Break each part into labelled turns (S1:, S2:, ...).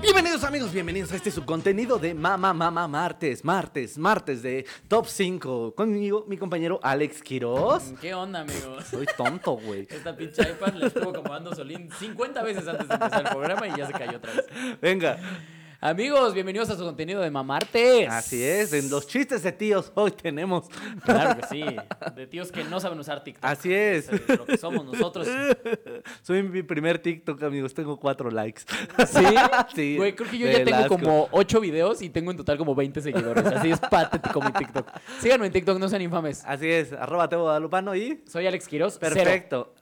S1: Bienvenidos amigos, bienvenidos a este subcontenido de Mama Mama Martes, martes, martes de Top 5. Conmigo, mi compañero Alex Quiroz.
S2: ¿Qué onda, amigo?
S1: Soy tonto, güey.
S2: Esta pinche iPad la estuvo acomodando Solín 50 veces antes de empezar el programa y ya se cayó otra vez.
S1: Venga.
S2: Amigos, bienvenidos a su contenido de Mamartes.
S1: Así es, en los chistes de tíos hoy tenemos.
S2: Claro que sí. De tíos que no saben usar TikTok.
S1: Así es.
S2: Eso es lo que somos nosotros.
S1: Soy mi primer TikTok, amigos. Tengo cuatro likes.
S2: ¿Sí?
S1: Sí.
S2: Güey, creo que yo
S1: Del
S2: ya tengo
S1: asco.
S2: como 8 videos y tengo en total como 20 seguidores. Así es patético mi TikTok. Síganme en TikTok, no sean infames.
S1: Así es, arroba Teo Guadalupano y...
S2: Soy Alex Quiroz. cero.
S1: Perfecto.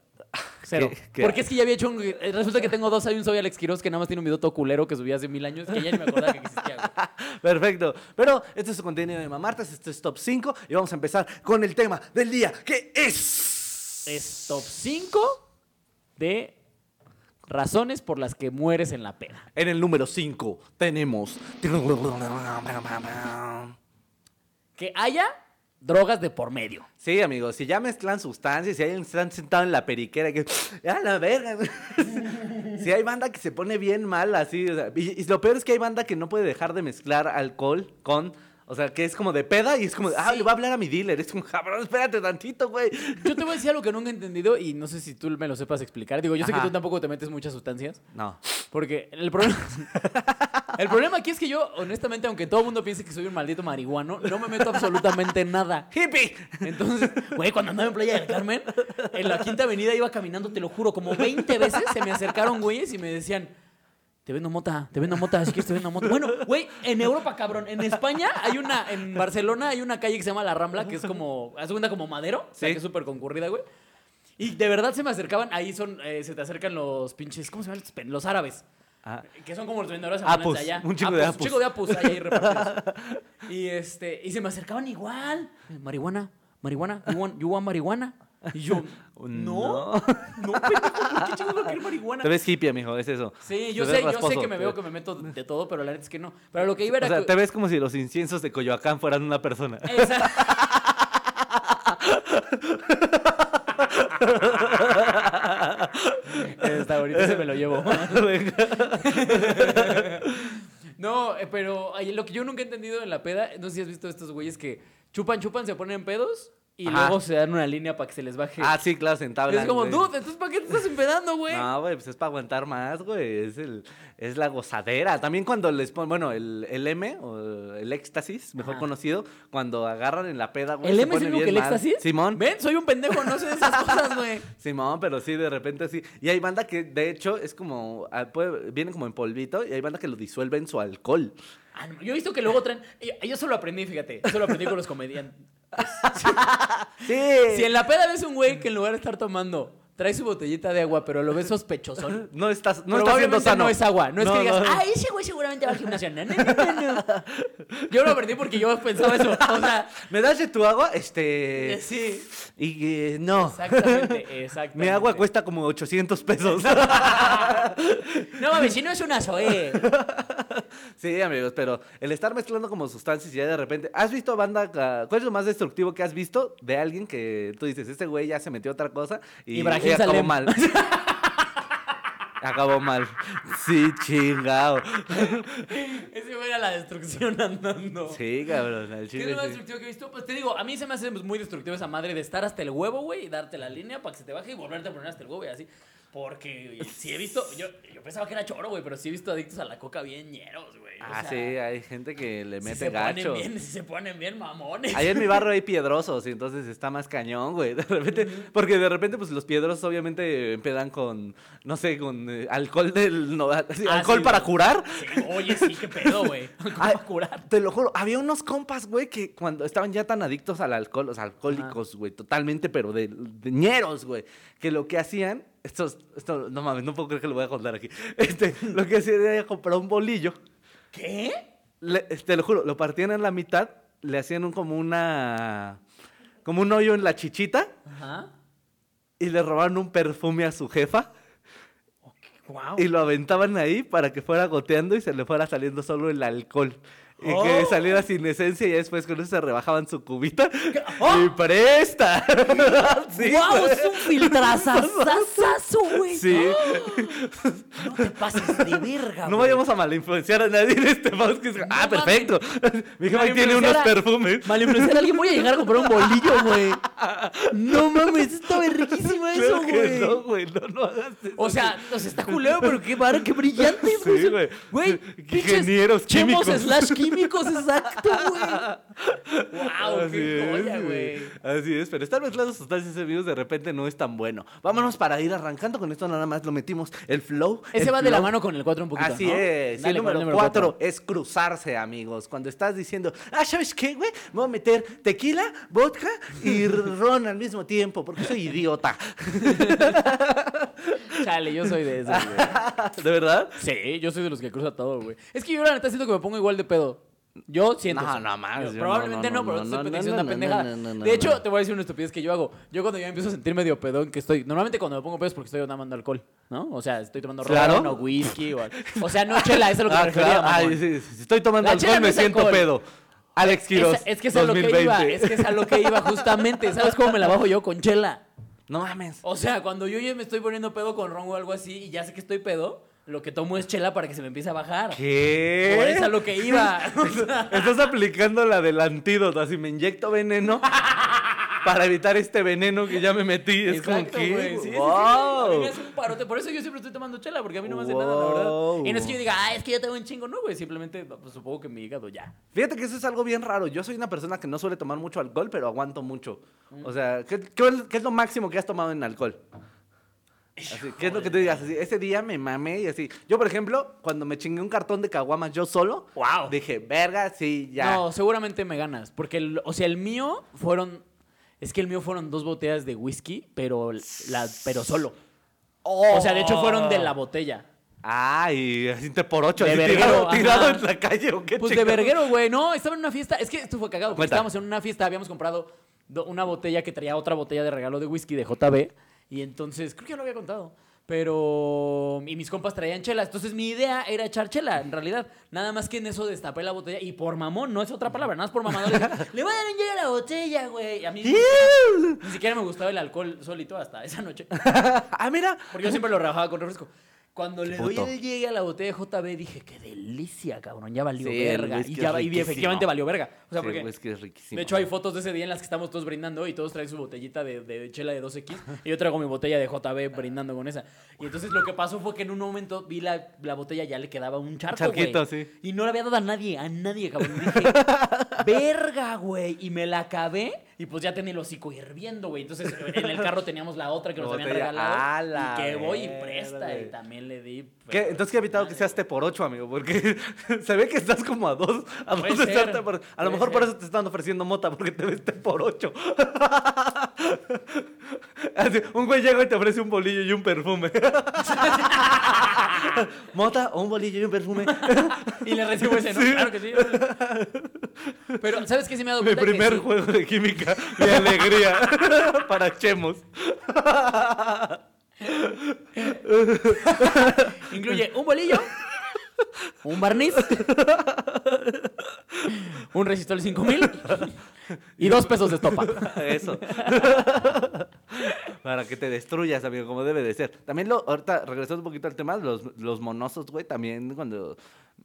S2: Cero.
S1: ¿Qué- qué
S2: Porque es que ya había hecho un. eh, Resulta que tengo dos. Hay un Soy Alex Quiroz que nada más tiene un video todo culero que subí hace mil años que ya ni me acordaba que existía. güey.
S1: Perfecto. Pero este es su contenido de Mamartes, este es Top 5 y vamos a empezar con el tema del día, que es...
S2: Es top 5 de razones por las que mueres en la peda.
S1: En el número 5 tenemos...
S2: Que haya drogas de por medio.
S1: Sí, amigos, si ya mezclan sustancias, si hay están sentados en la periquera, que a la verga. si hay banda que se pone bien mal así, o sea, y, y lo peor es que hay banda que no puede dejar de mezclar alcohol con o sea, que es como de peda y es como, de, ah,
S2: Sí.
S1: le voy a hablar a mi dealer. Es como, cabrón, espérate tantito, güey.
S2: Yo te voy a decir algo que nunca he entendido y no sé si tú me lo sepas explicar. Digo, yo sé
S1: Ajá.
S2: que tú tampoco te metes muchas sustancias.
S1: No.
S2: Porque el problema. El problema aquí es que yo, honestamente, aunque todo el mundo piense que soy un maldito marihuano, no me meto absolutamente en nada.
S1: ¡Hippie!
S2: Entonces, güey, cuando andaba en Playa del Carmen, en la quinta avenida iba caminando, te lo juro, como 20 veces se me acercaron güeyes y me decían, te vendo mota, te vendo mota, si quieres te vendo mota. Bueno, güey, en Europa, cabrón, en España hay una, en Barcelona hay una calle que se llama La Rambla, que es como, haz de cuenta como madero, o sea,
S1: Sí.
S2: que es súper concurrida, güey. Y de verdad se me acercaban, ahí son, eh, se te acercan los pinches, ¿cómo se llaman? los pen- Los árabes.
S1: Ah,
S2: Que son como los vendedores
S1: Apus,
S2: ambulantes allá.
S1: un chingo de
S2: Un
S1: apus.
S2: chico de apus allá ahí repartidos. y, este, y se me acercaban igual. Marihuana, marihuana, you want, you want marihuana. Y yo, no,
S1: Oh, no.
S2: no, pendejo, ¿por qué chingados va a querer marihuana?
S1: Te ves hippie, amigo, es eso.
S2: Sí, yo
S1: Te
S2: sé,
S1: ves
S2: yo sé
S1: rasposo.
S2: que me veo que me meto de todo, pero la neta es que no. Pero lo que iba
S1: O
S2: era
S1: sea,
S2: que-
S1: te ves como si los inciensos de Coyoacán fueran una persona.
S2: Esa- Está ahorita se me lo llevo. No, eh, pero ahí lo que yo nunca he entendido en la peda, no sé si has visto estos güeyes que chupan, chupan, se ponen pedos y
S1: Ajá.
S2: luego se dan una línea para que se les baje.
S1: ah, sí, claro, se entablan.
S2: es como,
S1: güey.
S2: dude, entonces ¿para qué te estás empedando, güey?
S1: No, güey, pues es para aguantar más, güey. Es, el, es la gozadera. También cuando les ponen, bueno, el, el M, o el éxtasis, mejor
S2: Ajá.
S1: conocido, cuando agarran en la peda, güey.
S2: ¿El
S1: se
S2: M es
S1: pone
S2: el mismo que
S1: bien
S2: el
S1: mal.
S2: éxtasis?
S1: Simón.
S2: Ven, soy un pendejo, no sé de esas cosas, güey.
S1: Simón, pero sí, de repente así. Y hay banda que, de hecho, es como, ah, puede- viene como en polvito y hay banda que lo disuelve en su alcohol.
S2: Ah, no, Yo he visto que luego traen. y- Yo solo aprendí, fíjate. Yo solo aprendí con los comediantes.
S1: Sí.
S2: Si en la peda ves un güey que en lugar de estar tomando, trae su botellita de agua, pero lo ves sospechoso.
S1: No estás, no estás siendo
S2: Probablemente
S1: sano.
S2: no es agua. No, es que digas,
S1: no.
S2: ah, ese güey seguramente va al gimnasio. No, no, no, no, no. Yo lo aprendí porque yo pensaba eso. O sea,
S1: ¿Me das de tu agua? Este.
S2: sí.
S1: Y eh, no.
S2: Exactamente, exactamente.
S1: Mi agua cuesta como 800 pesos.
S2: No, mames, si no es eh. una SOE.
S1: Sí, amigos, pero el estar mezclando como sustancias y ya de repente. ¿Has visto banda? ah, ¿Cuál es lo más destructivo que has visto de alguien que tú dices, este güey ya se metió a otra cosa y,
S2: Ibrahim
S1: y acabó
S2: Salem.
S1: mal? acabó mal. Sí, chingado.
S2: Ese güey era la destrucción andando.
S1: Sí, cabrón, al
S2: ¿Qué es
S1: chile.
S2: lo más
S1: sí.
S2: destructivo que he visto? Pues te digo, a mí se me hace muy destructivo esa madre de estar hasta el huevo, güey, y darte la línea para que se te baje y volverte a poner hasta el huevo y así. Porque si he visto, yo, yo pensaba que era choro, güey, pero sí he visto adictos a la coca bien ñeros, güey. O
S1: Ah,
S2: sea,
S1: sí, hay gente que le
S2: sí
S1: mete
S2: se
S1: gacho.
S2: Ponen bien, sí se ponen bien mamones.
S1: Ahí en mi barrio hay piedrosos y entonces está más cañón, güey. De repente, porque de repente, pues los piedrosos obviamente empedan con, no sé, con eh, alcohol del. no- así,
S2: Ah,
S1: alcohol
S2: sí,
S1: para
S2: güey.
S1: curar.
S2: Sí, oye, sí, qué pedo, güey. ¿Cómo
S1: Ay,
S2: va a curar?
S1: Te lo juro, había unos compas, güey, que cuando estaban ya tan adictos al alcohol, los alcohólicos, güey, totalmente, pero de, de ñeros, güey, que lo que hacían, estos, esto, no mames, no puedo creer que lo voy a contar aquí. Este, lo que hacían era comprar un bolillo,
S2: ¿Qué?
S1: le- este, te lo juro, lo partían en la mitad, le hacían un, como una, como un hoyo en la chichita
S2: Ajá.
S1: y le robaron un perfume a su jefa
S2: Wow. Oh.
S1: y lo aventaban ahí para que fuera goteando y se le fuera saliendo solo el alcohol. Y
S2: Oh.
S1: que saliera sin esencia y ya después con eso se rebajaban su cubita.
S2: ¡Oh!
S1: ¡Y presta! sí,
S2: ¡Wow!
S1: güey.
S2: Es un filtrazazazazo, güey.
S1: Sí.
S2: No te pases de verga,
S1: No
S2: güey.
S1: vayamos a malinfluenciar a nadie en este podcast. ah,
S2: ¡Oh! mames.
S1: perfecto. Mi jefa tiene unos
S2: Malinfluenciar a-
S1: perfumes.
S2: Malinfluenciar a alguien, voy a llegar a comprar un bolillo, güey. No mames, estaba riquísimo eso,
S1: Claro que
S2: güey.
S1: no, güey. No, no hagas eso.
S2: O sea, o sea, está culero, pero qué baro, qué brillante,
S1: Sí,
S2: güey.
S1: güey.
S2: Güey, pinches
S1: Ingenieros
S2: chemos
S1: químicos.
S2: slash químicos, exacto, güey. Wow, qué
S1: es,
S2: joya, güey.
S1: Así es, pero estar mezclando sustancias y amigos de repente no es tan bueno. Vámonos para ir arrancando con esto, nada más lo metimos. El flow.
S2: Ese
S1: el
S2: va de la
S1: flow.
S2: mano con el 4 un poquito,
S1: Así
S2: ¿no?
S1: es. Y
S2: Dale,
S1: el
S2: con el
S1: número
S2: cuatro.
S1: cuatro es cruzarse, amigos. Cuando estás diciendo, ah, ¿sabes qué, güey? Me voy a meter tequila, vodka y ron al mismo tiempo porque soy idiota.
S2: Chale, yo soy de esos, güey.
S1: ¿De verdad?
S2: Sí, yo soy de los que cruza todo, güey. Es que yo la neta siento que me pongo igual de pedo. Yo siento.
S1: No,
S2: o sea,
S1: no, más,
S2: yo-
S1: yo no,
S2: probablemente
S1: no,
S2: no,
S1: no,
S2: pero
S1: no,
S2: estoy
S1: no,
S2: pensando
S1: no,
S2: una
S1: no,
S2: pendejada.
S1: no, no, no,
S2: de hecho,
S1: no.
S2: te voy a decir una estupidez que yo hago. Yo cuando ya empiezo a sentir medio pedón que estoy. Normalmente cuando me pongo pedo es porque estoy tomando alcohol, ¿no? O sea, estoy tomando
S1: Claro.
S2: ron o whisky. O, o sea, no chela, eso es lo que me
S1: Ah,
S2: refería,
S1: claro.
S2: mamón.
S1: Ay, sí, sí, si estoy tomando
S2: La chela
S1: alcohol,
S2: no
S1: me
S2: es
S1: siento
S2: alcohol.
S1: pedo. Alex Quiroz.
S2: Esa- es que es a lo que iba, es que es a lo que iba justamente. ¿Sabes cómo me la bajo yo con chela?
S1: No mames.
S2: O sea, cuando yo ya me estoy poniendo pedo con ron o algo así y ya sé que estoy pedo, lo que tomo es chela para que se me empiece a bajar.
S1: ¿Qué?
S2: Por eso a lo que iba. O sea,
S1: Estás aplicando la del antídoto, así me inyecto veneno para evitar este veneno que ya me metí. Es como
S2: exacto,
S1: que.
S2: güey. Sí, sí, sí, sí. A mí
S1: wow.
S2: me hace un parote. Por eso yo siempre estoy tomando chela, porque a mí no me hace nada, la
S1: Wow.
S2: verdad. Y no es que yo diga, ah, es que yo tengo un chingo, no, güey. Simplemente pues, supongo que mi hígado ya.
S1: Fíjate que eso es algo bien raro. Yo soy una persona que no suele tomar mucho alcohol, pero aguanto mucho.
S2: Mm.
S1: O sea, ¿qué, qué- qué es lo máximo que has tomado en alcohol? Así, ¿Qué es lo que te digas? Así, ese día me mamé y así. Yo, por ejemplo, cuando me chingué un cartón de caguamas yo solo,
S2: Wow.
S1: dije, verga, sí, ya.
S2: No, seguramente me ganas. Porque, el- o sea, el mío fueron. Es que el mío fueron dos botellas de whisky, pero, la, pero solo.
S1: Oh.
S2: O sea, de hecho fueron de la botella.
S1: Ay, así te por ocho,
S2: De
S1: así
S2: verguero,
S1: tirado,
S2: ajá.
S1: tirado en la calle o qué
S2: Pues de
S1: chingados?
S2: verguero, güey. No, estaba en una fiesta. Es que esto fue cagado. Porque
S1: Cuenta.
S2: estábamos en una fiesta, habíamos comprado do- una botella que traía otra botella de regalo de whisky de JB. Y entonces, creo que ya lo había contado. Pero. Y mis compas traían chelas. Entonces mi idea era echar chela, en realidad. Nada más que en eso destapé la botella. Y por mamón, no es otra palabra, nada más por mamón. Le, dije, "Le voy a dar un llegue a la botella, güey. Y A mí ni siquiera- ni siquiera me gustaba el alcohol solito hasta esa noche.
S1: Ah, mira.
S2: Porque yo siempre lo rebajaba con refresco. Cuando le doy
S1: Puto.
S2: el llegue a la botella de JB, dije, qué delicia, cabrón, ya valió
S1: Sí, el
S2: verga.
S1: whisky
S2: Y,
S1: es
S2: ya, va- y
S1: riquísimo.
S2: efectivamente valió verga. O sea,
S1: Sí,
S2: porque,
S1: güey, es que es riquísimo.
S2: de hecho, hay fotos de ese día en las que estamos todos brindando y todos traen su botellita de, de chela de 2X. Y yo traigo mi botella de JB brindando con esa. Y entonces lo que pasó fue que en un momento vi la, la botella, ya le quedaba un charco,
S1: Charquito,
S2: güey.
S1: sí.
S2: Y no la había dado a nadie, a nadie, cabrón. Y dije, verga, güey. Y me la acabé. Y pues ya tenía el hocico hirviendo, güey. Entonces en el carro teníamos la otra que nos habían
S1: Botella,
S2: regalado.
S1: a la
S2: y que voy y
S1: verga,
S2: presta.
S1: güey.
S2: Y también le di. pero-
S1: ¿Qué? Entonces, ¿qué ha evitado que seas T por 8, amigo? Porque se ve que estás como a dos. A,
S2: Puede
S1: dos de estar
S2: ser,
S1: T por- a
S2: puede
S1: lo mejor por
S2: ser.
S1: eso te están ofreciendo mota, porque te ves T por 8. un güey llega y te ofrece un bolillo y un perfume. mota o un bolillo y un perfume.
S2: Y le recibo ese, ¿no?
S1: Sí.
S2: Claro que sí. órale. Pero, ¿sabes qué? Sí me ha dado
S1: Mi
S2: cuenta que
S1: primer
S2: sí.
S1: juego de química de alegría para Chemos.
S2: Incluye un bolillo, un barniz, un resistol 5000 y dos pesos de estopa.
S1: Eso. Para que te destruyas, amigo, como debe de ser. También lo, ahorita, regresando un poquito al tema, los, los monosos, güey, también cuando.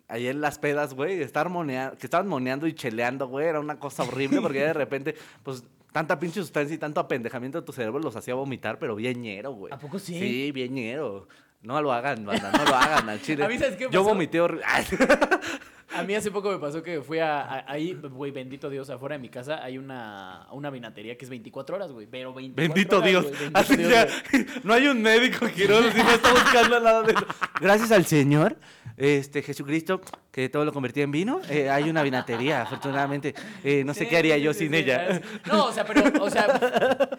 S1: Ayer en las pedas, güey, estar monea- que estaban moneando y cheleando, güey, era una cosa horrible porque ya de repente, pues, tanta pinche sustancia y tanto apendejamiento de tu cerebro los hacía vomitar, pero bien ñero, güey.
S2: ¿A poco sí?
S1: Sí, bien ñero. No lo hagan, banda, no lo hagan al chile.
S2: ¿A mí sabes qué
S1: Yo
S2: pasó?
S1: vomité horrible.
S2: A mí hace poco me pasó que fui a, a- ahí, güey, bendito Dios, afuera de mi casa hay una, una vinatería que es 24 horas, güey, pero 24
S1: Bendito
S2: horas,
S1: Dios.
S2: güey, bendito
S1: Así
S2: Dios,
S1: sea,
S2: güey.
S1: no hay un médico Quiroz si no está buscando nada de eso. Gracias al Señor, este Jesucristo, que todo lo convertía en vino, eh, hay una vinatería, afortunadamente. Eh, no sé
S2: Sí,
S1: qué haría
S2: sí,
S1: yo
S2: sí,
S1: sin
S2: sí,
S1: ella.
S2: sí. No, o sea, pero, o sea,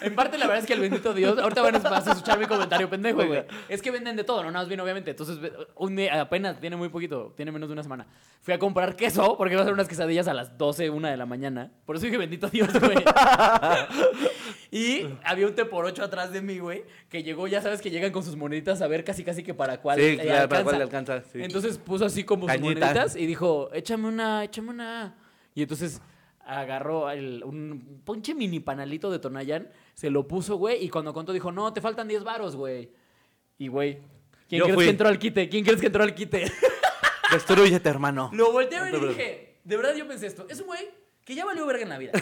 S2: en parte la verdad es que el bendito Dios, ahorita van a- vas a escuchar mi comentario pendejo, güey. Es que venden de todo, no nada más bien, obviamente. Entonces, ve- un día- apenas, tiene muy poquito, tiene menos de una semana. Fui a comprar queso, porque iba a hacer unas quesadillas a las 12, 1 de la mañana. Por eso dije, bendito Dios, güey. Y había un te por ocho atrás de mí, güey, que llegó, ya sabes que llegan con sus moneditas a ver casi casi que para cuál,
S1: Sí,
S2: eh,
S1: claro, para cuál le alcanza, sí.
S2: Entonces puso así como sus
S1: Cañita.
S2: moneditas y dijo, échame una, échame una. Y entonces agarró el- un ponche mini panalito de Tonayán, se lo puso, güey, y cuando contó dijo, no, te faltan 10 varos, güey. Y, güey, ¿quién
S1: Yo
S2: crees
S1: fui.
S2: que entró al quite? ¿Quién crees que entró al quite?
S1: Destruyete, hermano.
S2: Lo volteé a ver
S1: No
S2: y
S1: te
S2: dije, de verdad yo pensé esto, es un güey que ya valió verga en la vida.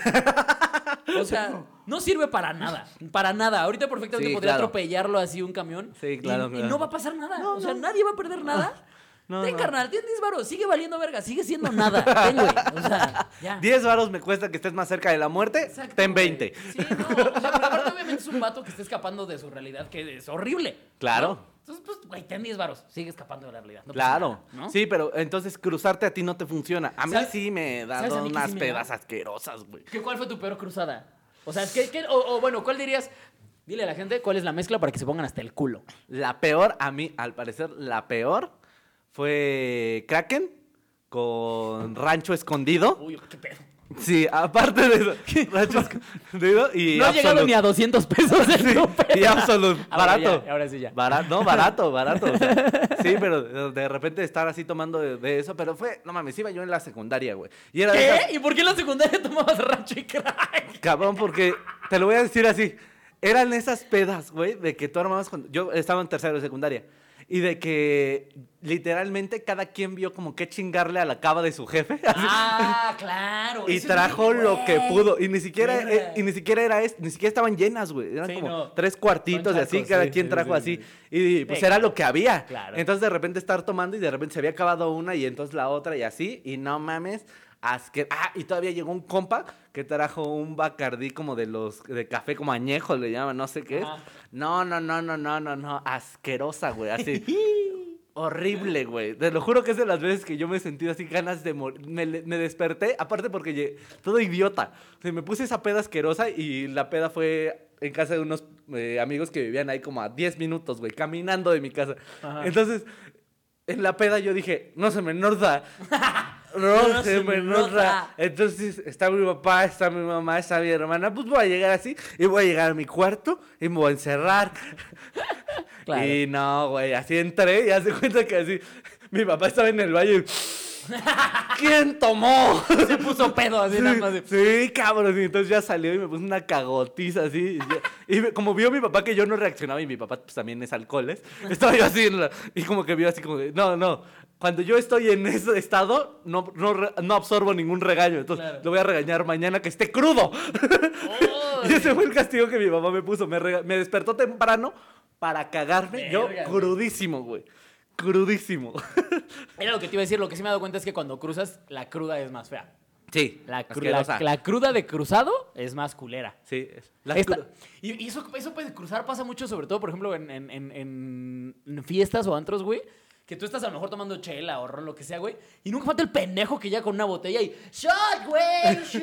S2: O sea, no sirve para nada, para nada. Ahorita perfectamente
S1: Sí,
S2: podría
S1: claro.
S2: atropellarlo así un camión.
S1: Sí,
S2: y-
S1: claro,
S2: y,
S1: claro.
S2: no va a pasar nada.
S1: No,
S2: o sea,
S1: no. Ah,
S2: nadie va a perder nada.
S1: No,
S2: Ten,
S1: no.
S2: carnal, tienes 10 varos, sigue valiendo verga, sigue siendo nada. Ten, güey. O sea, ya.
S1: 10 varos me cuesta que estés más cerca de la muerte.
S2: Exacto,
S1: ten
S2: güey.
S1: 20.
S2: Sí, no. O sea, pero aparte, obviamente, es un vato que está escapando de su realidad, que es horrible.
S1: Claro.
S2: ¿no? Entonces, pues, güey, ten 10 varos, sigue escapando de la realidad. no pasa
S1: Claro.
S2: nada, ¿no?
S1: Sí, pero entonces cruzarte a ti no te funciona. A mí
S2: ¿Sabes-
S1: sí me da
S2: sabes a mí que
S1: unas
S2: sí me da?
S1: pedas asquerosas, güey.
S2: ¿Qué, ¿Cuál fue tu peor cruzada? O sea, es que, que- o, o, bueno, ¿cuál dirías? Dile a la gente cuál es la mezcla para que se pongan hasta el culo.
S1: La peor, a mí, al parecer, la peor fue Kraken con Rancho Escondido.
S2: Uy, qué pedo.
S1: Sí, aparte de eso, Rancho Escondido y
S2: no ha llegado
S1: Absolute.
S2: ni a 200 pesos el
S1: Sí,
S2: tope.
S1: y Absolute,
S2: Ah, bueno,
S1: barato.
S2: ya, ahora sí ya.
S1: Barato, no, barato, barato. o sea, sí, pero de- de repente estar así tomando de, de eso, pero fue, no mames, iba yo en la secundaria, güey. Y era de esas-
S2: ¿Qué? ¿Y por qué en la secundaria tomabas rancho y crack?
S1: Cabrón, porque te lo voy a decir así. Eran esas pedas, güey, de que tú armabas cuando... Yo estaba en tercero de secundaria. Y de que literalmente cada quien vio como que chingarle a la cava de su jefe. así,
S2: Ah, claro.
S1: y
S2: eso es
S1: trajo
S2: muy
S1: lo que
S2: güey.
S1: pudo. Y ni siquiera,
S2: Verga.
S1: eh, y ni siquiera era es- ni siquiera estaban llenas, güey. Eran
S2: Sí,
S1: como
S2: no.
S1: tres cuartitos
S2: Son
S1: y así,
S2: chacos,
S1: cada
S2: sí,
S1: quien
S2: sí,
S1: trajo
S2: sí,
S1: así.
S2: sí.
S1: Y pues
S2: Sí,
S1: era lo que había.
S2: claro.
S1: Entonces de repente estar tomando y de repente se había acabado una y entonces la otra y así. Y no mames. asque- Ah, y todavía llegó un compa que trajo un bacardí como de los de café como añejo le llaman, no sé qué es.
S2: Ajá.
S1: No, no, no, no, no, no, no, asquerosa, güey, así. Horrible, güey. Te lo juro que es de las veces que yo me he sentido así ganas de morir. Me, le- me desperté, aparte porque lle- todo idiota. O sea, me puse esa peda asquerosa y la peda fue en casa de unos eh, amigos que vivían ahí como a 10 minutos, güey, caminando de mi casa.
S2: Ajá.
S1: Entonces, en la peda yo dije, no se me nota. No,
S2: No
S1: se me nota. Entonces está mi papá, está mi mamá, está mi hermana. Pues voy a llegar así y voy a llegar a mi cuarto y me voy a encerrar.
S2: Claro.
S1: Y no, güey, así entré y hace cuenta que así mi papá estaba en el baño. y, ¿Quién tomó?
S2: Se puso pedo así nada más. de-
S1: Sí, cabrón. Y entonces ya salió y me puso una cagotiza así. Y, yo- y me- como vio mi papá que yo no reaccionaba y mi papá pues, también es alcoholes, estaba yo así en la- y como que vio así como de, no, no. Cuando yo estoy en ese estado, no, no, re- no absorbo ningún regaño. Entonces
S2: Claro.
S1: lo voy a regañar mañana que esté crudo. y ese fue el castigo que mi papá me puso. Me, rega- me despertó temprano para cagarme. Yo
S2: Verga, güey.
S1: crudísimo, güey. Crudísimo.
S2: Era lo que te iba a decir. Lo que sí me he dado cuenta es que cuando cruzas, la cruda es más fea.
S1: Sí.
S2: La, cru- la-
S1: asquerosa.
S2: la cruda de cruzado es más culera.
S1: Sí. es- la
S2: Esta-
S1: cru-
S2: y y eso, eso puede cruzar pasa mucho, sobre todo, por ejemplo, en, en- en- en- en fiestas o antros, güey. Que tú estás a lo mejor tomando chela o ron, lo que sea, güey. Y nunca falta el pendejo que llega con una botella y... ¡Shot, güey! ¡Shot,